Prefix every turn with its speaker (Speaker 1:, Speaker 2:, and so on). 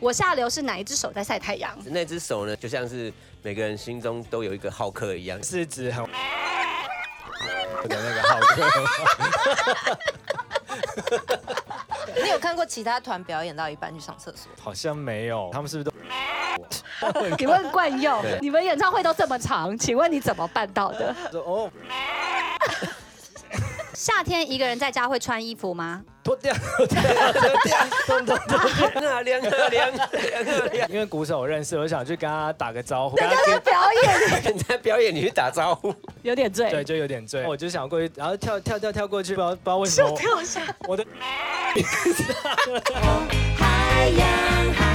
Speaker 1: 我下流是哪一只手在晒太阳？
Speaker 2: 那只手呢，就像是每个人心中都有一个好客一样。
Speaker 3: 是指很的那个浩克，
Speaker 4: 你有看过其他团表演到一半去上厕所？
Speaker 3: 好像没有，他们是不是都？
Speaker 1: 你问惯用
Speaker 2: 对，
Speaker 1: 你们演唱会都这么长，请问你怎么办到的？
Speaker 3: 说哦，
Speaker 1: 夏天一个人在家会穿衣服吗？
Speaker 3: 脱掉，脱掉，脱掉，咚咚咚。
Speaker 2: 啊凉啊凉啊凉啊凉！
Speaker 3: 因为鼓手我认识，我想去跟他打个招呼，
Speaker 1: 人
Speaker 3: 跟
Speaker 1: 家
Speaker 3: 他
Speaker 1: 在
Speaker 3: 跟
Speaker 1: 表演，
Speaker 2: 人家表演，你去打招呼。
Speaker 1: 有点醉。
Speaker 3: 对，就有点醉，我就想过去，然后跳跳跳跳过去，不知道不知道为什么，
Speaker 1: 跳一下。
Speaker 3: 我的
Speaker 1: 海洋，海